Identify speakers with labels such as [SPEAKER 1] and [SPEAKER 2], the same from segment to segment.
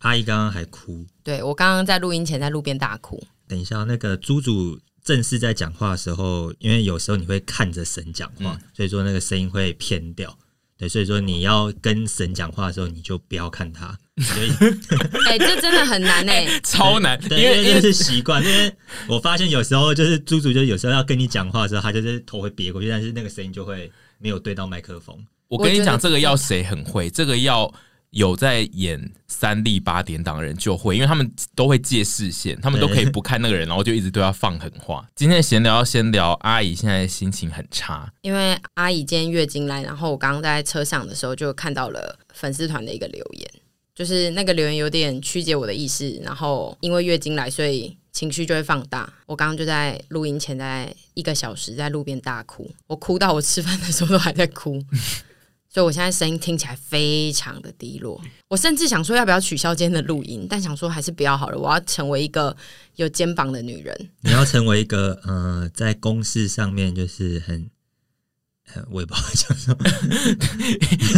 [SPEAKER 1] 阿姨刚刚还哭。
[SPEAKER 2] 对我刚刚在录音前在路边大哭，
[SPEAKER 1] 等一下，那个猪猪正式在讲话的时候，因为有时候你会看着神讲话，所以说那个声音会偏掉。对，所以说你要跟神讲话的时候，你就不要看他，所以
[SPEAKER 2] 哎、这真的很难哎、
[SPEAKER 3] 超难，因
[SPEAKER 1] 对，因
[SPEAKER 3] 为
[SPEAKER 1] 为
[SPEAKER 3] 因
[SPEAKER 1] 这
[SPEAKER 3] 为
[SPEAKER 1] 是习惯。因为我发现有时候就是猪猪，就有时候要跟你讲话的时候，他就是头会别过去，但是那个声音就会没有对到麦克风。
[SPEAKER 3] 我跟你
[SPEAKER 2] 我觉
[SPEAKER 3] 讲，
[SPEAKER 2] 得
[SPEAKER 3] 这个要谁很会，这个要有在演三立八点档的人就会，因为他们都会借视线，他们都可以不看那个人，然后就一直对他放狠话。今天的闲聊要先聊阿姨现在心情很差，
[SPEAKER 2] 因为阿姨今天月经来，然后我刚刚在车上的时候就看到了粉丝团的一个留言，就是那个留言有点曲解我的意思，然后因为月经来，所以情绪就会放大。我刚刚就在录音前，在一个小时在路边大哭，我哭到我吃饭的时候都还在哭。所以我现在声音听起来非常的低落，我甚至想说要不要取消今天的录音，但想说还是不要好了，我要成为一个有肩膀的女人。
[SPEAKER 1] 你要成为一个呃，在公事上面就是很，呃我也不好讲什么。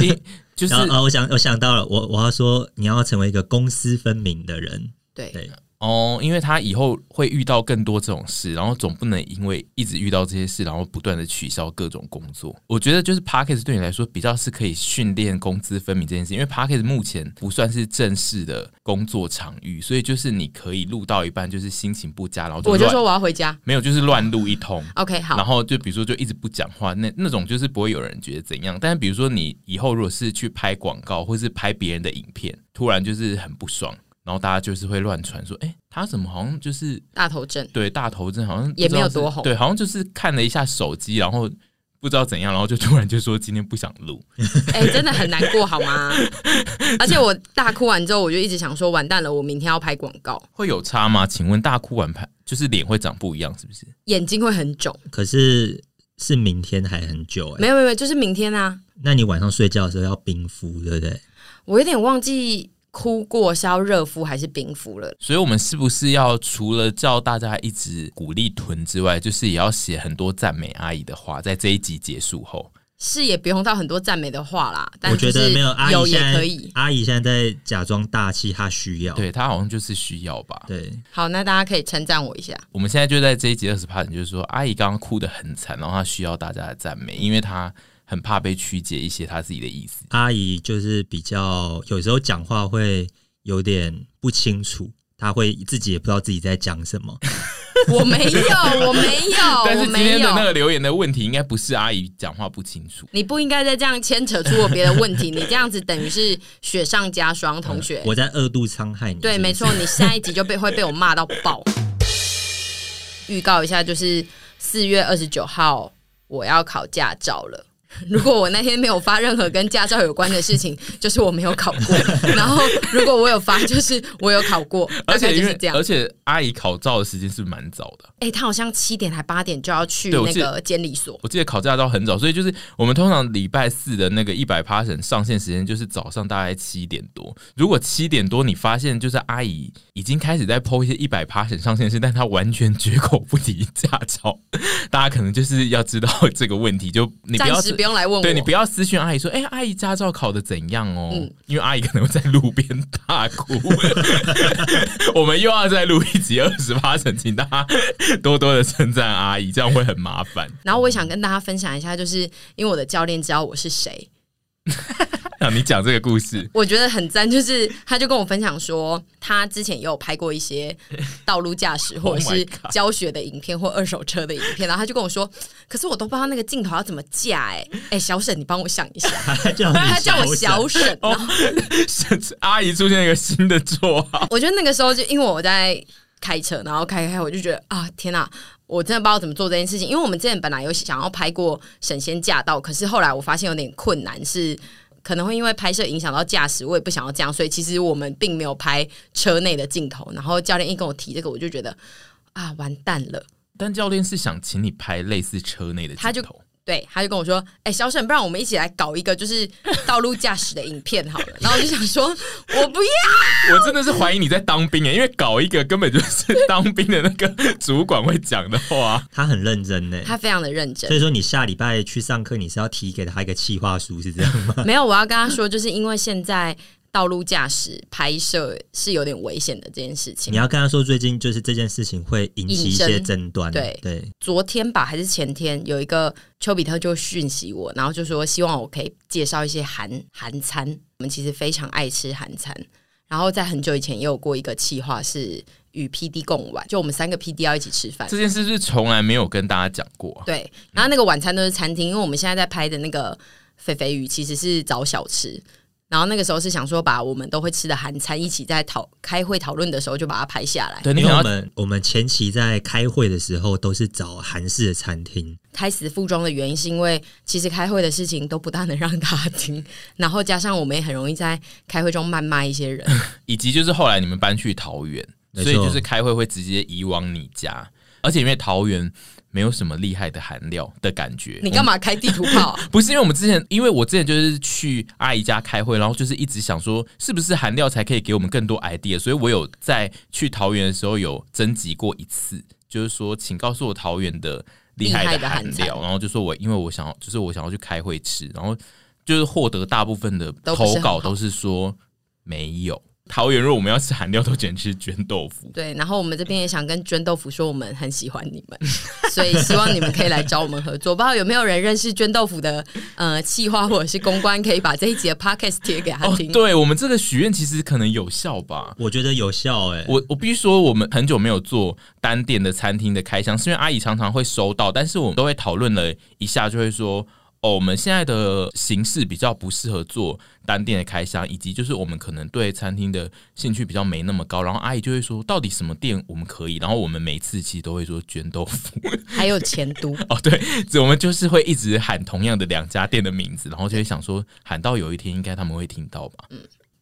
[SPEAKER 3] 你就是
[SPEAKER 1] 然后啊，我想我想到了，我我要说你要成为一个公私分明的人。
[SPEAKER 2] 对，
[SPEAKER 1] 对，
[SPEAKER 3] 哦，因为他以后会遇到更多这种事，然后总不能因为一直遇到这些事，然后不断的取消各种工作。我觉得就是 p a c k e s 对你来说比较是可以训练工资分明这件事，因为 p a c k e s 目前不算是正式的工作场域，所以就是你可以录到一半就是心情不佳，然后就
[SPEAKER 2] 我就
[SPEAKER 3] 乱
[SPEAKER 2] 说我哦要回家。
[SPEAKER 3] 没有就是乱录一通。
[SPEAKER 2] OK，好
[SPEAKER 3] 然。后就比如说就一直不讲话，那那种就是不会有人觉得怎样。但是比如说你以后如果是去拍广告或是拍别人的影片，突然就是很不爽，然后大家就是会乱传说，哎、他怎么好像就是
[SPEAKER 2] 大头症。
[SPEAKER 3] 对大头针好像不
[SPEAKER 2] 也
[SPEAKER 3] 知
[SPEAKER 2] 没
[SPEAKER 3] 道
[SPEAKER 2] 有
[SPEAKER 3] 是
[SPEAKER 2] 多红
[SPEAKER 3] 对，好像就是看了一下手机，然后不知道怎样，然后就突然就说今天不想录。
[SPEAKER 2] 哎、真的很难过好吗？而且我大哭完之后，我就一直想说，完蛋了，我明天要拍广告，
[SPEAKER 3] 会有差吗？请问大哭完拍就是脸会长不一样，是不是？
[SPEAKER 2] 眼睛会很肿。
[SPEAKER 1] 可是是明天还很久哎、
[SPEAKER 2] 没有没有，没有就是明天啊，
[SPEAKER 1] 那你晚上睡觉的时候要冰敷，对不对？
[SPEAKER 2] 我有点忘记哭过是要热敷还是冰敷了。
[SPEAKER 3] 所以，我们是不是要除了叫大家一直鼓励臀之外，就是也要写很多赞美阿姨的话，在这一集结束后，
[SPEAKER 2] 是也不用到很多赞美的话啦，但
[SPEAKER 1] 我觉
[SPEAKER 2] 就
[SPEAKER 1] 得
[SPEAKER 2] 是
[SPEAKER 1] 没有阿姨
[SPEAKER 2] 也
[SPEAKER 1] 现在
[SPEAKER 2] 可以。
[SPEAKER 1] 阿姨现在在假装大气，她需要。
[SPEAKER 3] 对她好像就是需要吧。
[SPEAKER 1] 对，
[SPEAKER 2] 好，那大家可以称赞我一下。
[SPEAKER 3] 我们现在就在这一集二十趴，就是说阿姨刚刚哭得很惨，然后她需要大家的赞美，因为她很怕被曲解一些她自己的意思。
[SPEAKER 1] 阿姨就是比较有时候讲话会有点不清楚，她会自己也不知道自己在讲什么。
[SPEAKER 2] 我没有，我没
[SPEAKER 3] 但
[SPEAKER 2] 有，
[SPEAKER 3] 是
[SPEAKER 2] 我
[SPEAKER 3] 今
[SPEAKER 2] 没
[SPEAKER 3] 天的那
[SPEAKER 2] 有。
[SPEAKER 3] 个留言的问题，应该不是阿姨讲话不清楚。
[SPEAKER 2] 你不应该再这样牵扯出我别的问题，你这样子等于是雪上加霜，同学。
[SPEAKER 1] 我在二度伤害你。
[SPEAKER 2] 对，
[SPEAKER 1] 是不是
[SPEAKER 2] 没错，你下一集就被会被我骂到爆。预告一下，就是四月二十九号我要考驾照了。如果我那天没有发任何跟驾照有关的事情， 就是我没有考过；然后如果我有发，就是我有考过，大
[SPEAKER 3] 而
[SPEAKER 2] 概
[SPEAKER 3] 且
[SPEAKER 2] 就
[SPEAKER 3] 因
[SPEAKER 2] 是
[SPEAKER 3] 为
[SPEAKER 2] 这样
[SPEAKER 3] 而。且阿姨考照的时间是不是蛮早的？
[SPEAKER 2] 哎、他好像七点还八点就要去
[SPEAKER 3] 对我
[SPEAKER 2] 那
[SPEAKER 3] 记得
[SPEAKER 2] 个监理所，
[SPEAKER 3] 我记得考驾照很早，所以就是我们通常礼拜四的那个一百 p a s s 上线时间就是早上大概七点多。如果七点多你发现就是阿姨已经开始在 PO 一些一百 p a s s 上线时，但她完全绝口不提驾照，大家可能就是要知道这个问题，就你不
[SPEAKER 2] 暂
[SPEAKER 3] 要
[SPEAKER 2] 时不用来问我。
[SPEAKER 3] 对你不要私讯阿姨说，哎、阿姨驾照考的怎样哦？
[SPEAKER 2] 嗯
[SPEAKER 3] 因为阿姨可能会在路边大哭。 我们又要再录一集二十八层，请大家多多的称赞阿姨，这样会很麻烦。
[SPEAKER 2] 然后我也想跟大家分享一下，就是因为我的教练知道我是谁，
[SPEAKER 3] 让啊你讲这个故 事，
[SPEAKER 2] 我觉得很赞， 就是他就跟我分享说，他之前也有拍过一 些道路驾驶或
[SPEAKER 3] Oh my
[SPEAKER 2] 者
[SPEAKER 3] God
[SPEAKER 2] 是教学的影片或二手车的影片，然后他就跟我说，可是我都不知道那个镜头要怎么架、哎哎、小沈，你帮我想一 下，
[SPEAKER 1] 她叫你
[SPEAKER 2] 他叫我
[SPEAKER 1] 小
[SPEAKER 2] 小沈，然后
[SPEAKER 3] 甚至阿姨出现一个新的绰号，
[SPEAKER 2] 我觉得那个时候就因为我在开车，然后开开我就觉得啊，天哪、我真的不知道怎么做这件事情，因为我们之前本来有想要拍过神仙驾到，可是后来我发现有点困难，是可能会因为拍摄影响到驾驶，我也不想要这样，所以其实我们并没有拍车内的镜头。然后教练一跟我提这个，我就觉得啊，完蛋了。
[SPEAKER 3] 但教练是想请你拍类似车内的
[SPEAKER 2] 他
[SPEAKER 3] 镜
[SPEAKER 2] 就
[SPEAKER 3] 头，
[SPEAKER 2] 对，他就跟我说：“哎、小沈，不然我们一起来搞一个就是道路驾驶的影片好了。”然后我就想说：“我不要。”
[SPEAKER 3] 我真的是怀疑你在当兵耶，欸因为搞一个根本就是当兵的那个主管会讲的话。
[SPEAKER 1] 她很认真欸呢。
[SPEAKER 2] 他非常的认真
[SPEAKER 1] 所，以说，你下礼拜 去上课，你是要提给她一个企划书，是这样吗？
[SPEAKER 2] 没有，我要跟他说，就是因为现在。道路驾驶拍摄是有点危险的这件事情
[SPEAKER 1] 你。要跟他说，最近就是这件事情会引起一些
[SPEAKER 2] 引申
[SPEAKER 1] 争端，
[SPEAKER 2] 对
[SPEAKER 1] 对，
[SPEAKER 2] 昨天吧，还是前天，有一个丘比特就讯息我，然后就说希望我可以介绍一些韩韩餐。我们其实非常爱吃韩餐，然后在很久以前也有过一个企划是与 PD 共玩，就我们三个 PD 要一起吃饭
[SPEAKER 3] 这。件事是从来没有跟大家讲过啊、
[SPEAKER 2] 对，然后那个晚餐都是餐厅，因为我们现在在拍的那个肥肥鱼其实是找小吃，然后那个时候是想说把我们都会吃的韩餐一起在讨开会讨论的时候就把它拍下来。
[SPEAKER 3] 对，你
[SPEAKER 1] 因为
[SPEAKER 3] 可能
[SPEAKER 1] 我
[SPEAKER 3] 要
[SPEAKER 1] 们我们前期在开会的时候都是找韩式的餐厅，
[SPEAKER 2] 开始服装的原因是因为其实开会的事情都不大能让大家听，然后加上我们也很容易在开会中谩骂一些人。
[SPEAKER 3] 以及就是后来你们搬去桃园，
[SPEAKER 1] 没
[SPEAKER 3] 所
[SPEAKER 1] 错
[SPEAKER 3] 以就是开会会直接移往你家，而且因为桃园没有什么厉害的韩料的感觉。
[SPEAKER 2] 你干嘛开地图炮啊、
[SPEAKER 3] 不是因为我们之前，因为我之前就是去阿姨家开会，然后就是一直想说，是不是韩料才可以给我们更多 idea，所以我有在去桃园的时候有征集过一次，就是说，请告诉我桃园的厉害
[SPEAKER 2] 厉害的
[SPEAKER 3] 韩
[SPEAKER 2] 韩
[SPEAKER 3] 料，
[SPEAKER 2] 餐
[SPEAKER 3] 然后就说我因为我想要，就是我想要去开会吃，然后就是获得大部分的
[SPEAKER 2] 都不是
[SPEAKER 3] 投
[SPEAKER 2] 很
[SPEAKER 3] 稿
[SPEAKER 2] 好
[SPEAKER 3] 都是说没有。桃园如果我们要吃韩料，都只能吃卷豆腐。
[SPEAKER 2] 对，然后我们这边也想跟娟豆腐说，我们很喜欢你们，所以希望你们可以来找我们合作。不知道有没有人认识娟豆腐的呃企划或者是公关，可以把这一集的 podcast 贴给他
[SPEAKER 3] 哦
[SPEAKER 2] 听。，
[SPEAKER 3] 对我们这个许愿其实可能有效吧。
[SPEAKER 1] 我觉得有效哎、
[SPEAKER 3] 我我必须说，我们很久没有做单店的餐厅的开箱，是因为阿姨常常会收到，但是我们都会讨论了一下，就会说。哦，我们现在的形式比较不适合做单店的开箱，以及就是我们可能对餐厅的兴趣比较没那么高。然后阿姨就会说，到底什么店我们可以？然后我们每次其实都会说卷豆腐。
[SPEAKER 2] 还有前都，
[SPEAKER 3] 哦，对，我们就是会一直喊同样的两家店的名字，然后就会想说，喊到有一天应该他们会听到吧？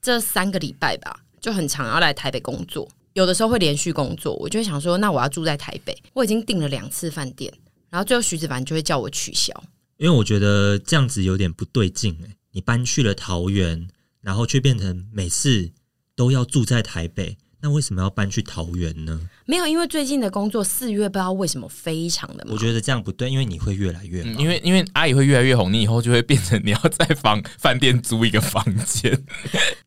[SPEAKER 2] 这三个礼拜吧，就很常要来台北工作，有的时候会连续工作，我就会想说，那我要住在台北，我已经订了两次饭店，然后最后徐子凡就会叫我取消。
[SPEAKER 1] 因为我觉得这样子有点不对劲哎、你搬去了桃园，然后却变成每次都要住在台北，那为什么要搬去桃园呢？
[SPEAKER 2] 没有，因为最近的工作四月不知道为什么非常的忙
[SPEAKER 1] 我，觉得这样不对，因为你会越来越
[SPEAKER 3] 嗯
[SPEAKER 1] 忙，，
[SPEAKER 3] 因为因为阿姨会越来越红，你以后就会变成你要在房饭店租一个房间。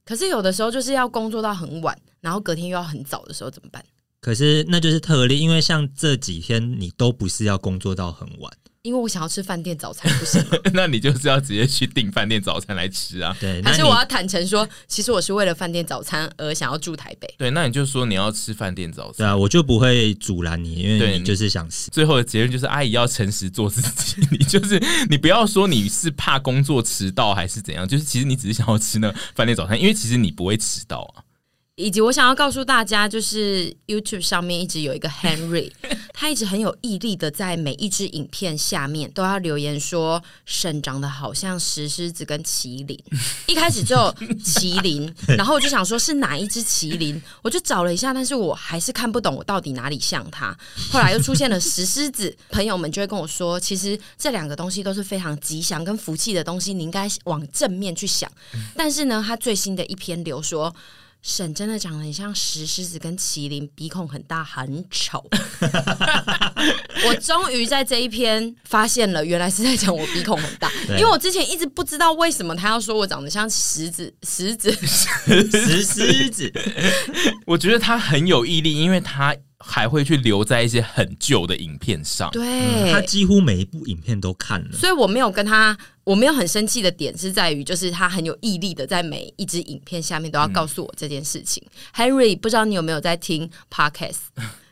[SPEAKER 2] 可是有的时候就是要工作到很晚，然后隔天又要很早的时候怎么办？
[SPEAKER 1] 可是那就是特例，因为像这几天你都不是要工作到很晚，
[SPEAKER 2] 因为我想要吃饭店早餐，不行吗？
[SPEAKER 3] 那你就是要直接去订饭店早餐来吃啊。
[SPEAKER 1] 对，那
[SPEAKER 2] 还
[SPEAKER 1] 你
[SPEAKER 2] 是我要坦诚说，其实我是为了饭店早餐而想要住台北。
[SPEAKER 3] 对，那你就说你要吃饭店早
[SPEAKER 1] 对
[SPEAKER 3] 餐。
[SPEAKER 1] 啊，我就不会阻拦你，因为
[SPEAKER 3] 对
[SPEAKER 1] 你就是想 死。
[SPEAKER 3] 最后的结论就是，阿姨要诚实做自己。你就是 你不要说你是怕工作迟到还是怎样，就是其实你只是想要吃那个饭店早餐，因为其实你不会迟到啊。
[SPEAKER 2] 以及我想要告诉大家，就是 YouTube 上面一直有一个 Henry，他一直很有毅力的在每一支影片下面都要留言说沈长得好像石狮子跟麒麟。一开始就有 麒麟，然后我就想说是哪一只麒麟，我就找了一下，但是我还是看不懂我到底哪里像它。后来又出现了石狮子，朋友们就会跟我说，其实这两个东西都是非常吉祥跟福气的东西，你应该往正面去想。但是呢，他最新的一篇留说。沈真的长得很像石狮子跟麒麟，鼻孔很大，很丑。我终于在这一篇发现了，原来是在讲我鼻孔很大，因为我之前一直不知道为什么他要说我长得像石子石子，
[SPEAKER 1] 石狮子，
[SPEAKER 3] 我觉得他很有毅力，因为他还会去留在一些很旧的影片上。
[SPEAKER 2] 对，
[SPEAKER 1] 嗯他几乎每一部影片都看了。
[SPEAKER 2] 所以我没有跟他，我没有很生气的点是在于，就是他很有毅力的在每一支影片下面都要告诉我这件事情。Henry，不知道你有没有在听 podcast？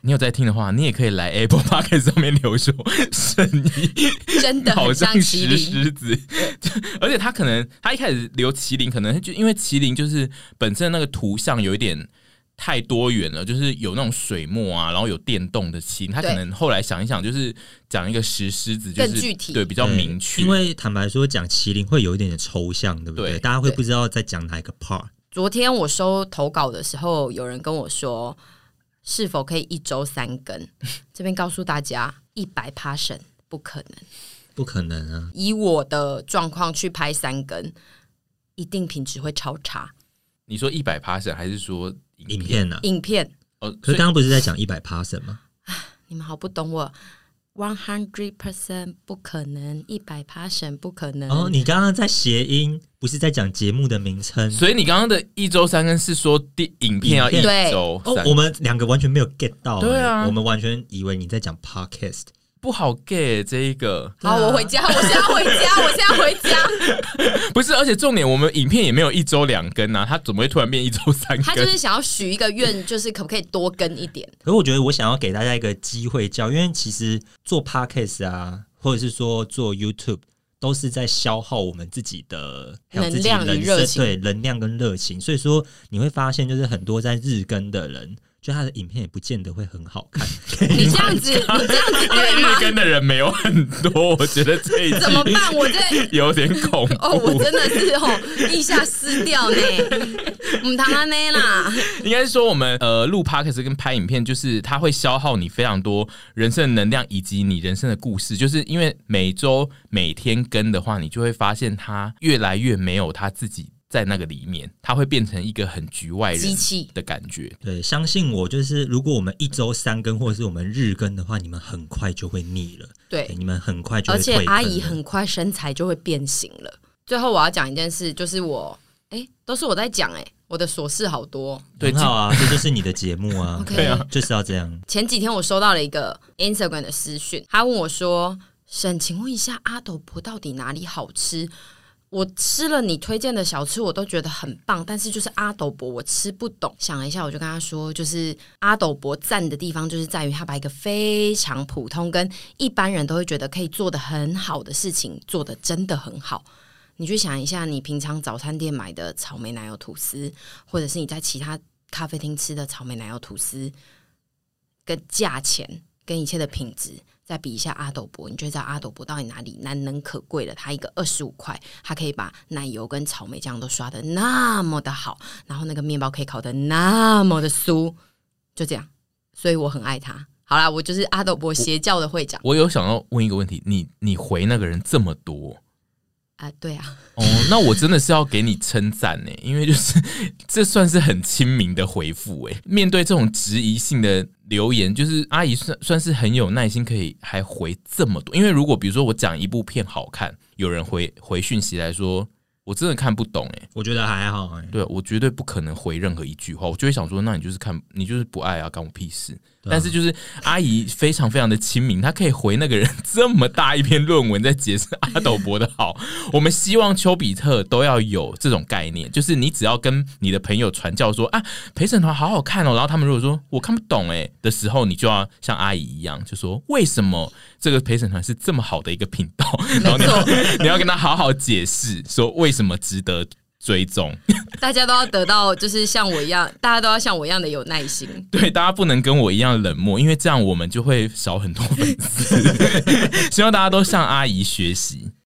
[SPEAKER 3] 你有在听的话，你也可以来 Apple Podcast 上面留说 声音。
[SPEAKER 2] 真的
[SPEAKER 3] 好
[SPEAKER 2] 很
[SPEAKER 3] 像
[SPEAKER 2] 麒
[SPEAKER 3] 石
[SPEAKER 2] 麟，
[SPEAKER 3] 狮子， 而且他可能他一开始留麒麟，可能就因为麒麟就是本身那个图像有一点太多元了，就是有那种水墨啊，然后有电动的麒麟，他
[SPEAKER 2] 对
[SPEAKER 3] 可能后来想一想，就是讲一个石狮子，就是
[SPEAKER 2] 更具体
[SPEAKER 3] 对比较明确，
[SPEAKER 1] 因为坦白说，讲麒麟会有一点点抽象，对不对？
[SPEAKER 3] 对
[SPEAKER 1] 大家会
[SPEAKER 2] 对
[SPEAKER 1] 不知道在讲哪一个 part。
[SPEAKER 2] 昨天我收投稿的时候，有人跟我说，是否可以一周三更？这边告诉大家，一百 passion 不可能。
[SPEAKER 1] 不可能啊！
[SPEAKER 2] 以我的状况去拍三更，一定品质会超差。
[SPEAKER 3] 你说一百 p a s s 还是说
[SPEAKER 1] 影？片啊，
[SPEAKER 2] 影片，
[SPEAKER 3] 哦，
[SPEAKER 1] 可
[SPEAKER 3] 所
[SPEAKER 1] 是
[SPEAKER 3] 以
[SPEAKER 1] 刚刚不是在讲一百 p a s s 吗？
[SPEAKER 2] 你们好不懂我。 one hundred percent 不可能，一百 percent 不可能。
[SPEAKER 1] 哦，你刚刚在谐音，不是在讲节目的名称
[SPEAKER 3] 所以你刚刚的一周三更是说第影片要一
[SPEAKER 1] 影
[SPEAKER 2] 片
[SPEAKER 3] 周
[SPEAKER 1] 哦
[SPEAKER 3] 三，更
[SPEAKER 1] 我们两个完全没有 get 到、
[SPEAKER 3] 对啊
[SPEAKER 1] 哎我们完全以为你在讲 podcast。
[SPEAKER 3] 不好 get 这一个
[SPEAKER 2] 好，我回家，我现在回家，我现在回家。
[SPEAKER 3] 不是，而且重点我们影片也没有一周两更啊，它怎么会突然变一周三
[SPEAKER 2] 他就
[SPEAKER 3] 更？
[SPEAKER 2] 是想要许一个愿，就是可不可以多跟一点？
[SPEAKER 1] 可是我觉得我想要给大家一个机会教，因为其实做 podcast 啊，或者是说做 YouTube，都是在消耗我们自己的还有自己
[SPEAKER 2] 能量与
[SPEAKER 1] 人
[SPEAKER 2] 热
[SPEAKER 1] 生
[SPEAKER 2] 情
[SPEAKER 1] 对能量跟热情。所以说你会发现，就是很多在日更的人，就他的影片也不见得会很好 看。
[SPEAKER 2] 你这样子，你这样 子
[SPEAKER 3] 因为
[SPEAKER 2] 对
[SPEAKER 3] 日
[SPEAKER 2] 吗？
[SPEAKER 3] 更的人没有很多，我觉得这一
[SPEAKER 2] 怎么
[SPEAKER 3] 季
[SPEAKER 2] 办？我 这
[SPEAKER 3] 有点恐
[SPEAKER 2] 哦，我
[SPEAKER 3] 怖。
[SPEAKER 2] 真的是哦，一下撕掉呢，唔啊唐安呢啦。
[SPEAKER 3] 应该是说我们呃录 podcast 跟拍影片，就是它会消耗你非常多人生的能量以及你人生的故事，就是因为每周每天更的话，你就会发现它越来越没有它自己在那个里面，它会变成一个很局外人
[SPEAKER 2] 机器
[SPEAKER 3] 的感觉。
[SPEAKER 1] 对，相信我，就是如果我们一周三更或者是我们日更的话，你们很快就会腻了，
[SPEAKER 2] 对，
[SPEAKER 1] 你们很快就
[SPEAKER 2] 而
[SPEAKER 1] 会
[SPEAKER 2] 且
[SPEAKER 1] 退
[SPEAKER 2] 阿
[SPEAKER 1] 坑
[SPEAKER 2] 姨
[SPEAKER 1] 了
[SPEAKER 2] 很快身材就会变形了。最后我要讲一件事，就是我哎、都是我在讲哎、我的琐事好多。
[SPEAKER 3] 对
[SPEAKER 1] 很好啊，这就是你的节目 啊
[SPEAKER 2] OK，
[SPEAKER 3] 对啊
[SPEAKER 1] 就是要这样。
[SPEAKER 2] 前几天我收到了一个 Instagram 的私讯，他问我说：“沈，请问一下阿斗婆到底哪里好吃？我吃了你推荐的小吃，我都觉得很棒，但是就是阿斗博我吃不懂。想了一下，我就跟他说，就是阿斗博赞的地方，就是在于他把一个非常普通跟一般人都会觉得可以做的很好的事情，做的真的很好。你去想一下，你平常早餐店买的草莓奶油吐司，或者是你在其他咖啡厅吃的草莓奶油吐司，跟价钱跟一切的品质再比一下阿斗博，你就会知道阿斗博到底哪里难能可贵了。它一个二十五块，它可以把奶油跟草莓酱都刷的那么的好，然后那个面包可以烤的那么的酥，就这样。所以我很爱它。好啦，我就是阿斗博邪教的会长
[SPEAKER 3] 我有想要问一个问题，你你回那个人这么多。
[SPEAKER 2] 啊、对啊，
[SPEAKER 3] 哦，那我真的是要给你称赞呢，因为就是这算是很亲民的回复哎。面对这种质疑性的留言，就是阿姨算算是很有耐心，可以还回这么多。因为如果比如说我讲一部片好看，有人回回讯息来说我真的看不懂哎，
[SPEAKER 1] 我觉得还好哎、
[SPEAKER 3] 对啊我绝对不可能回任何一句话，我就会想说，那你就是看你就是不爱啊，干我屁事。但是就是阿姨非常非常的亲民，她可以回那个人这么大一篇论文在解释阿斗伯的好。 我们希望丘比特都要有这种概念，就是你只要跟你的朋友传教说啊，陪审团好好看哦，然后他们如果说我看不懂哎的时候，你就要像阿姨一样，就说为什么这个陪审团是这么好的一个频道，然后你要 你要跟他好好解释说为什么值得追踪。
[SPEAKER 2] 大家都要得到，就是像我一样，大家都要像我一样的有耐心。
[SPEAKER 3] 对，大家不能跟我一样冷漠，因 为这样我们就会少很多粉丝。希望大家都向阿姨学习。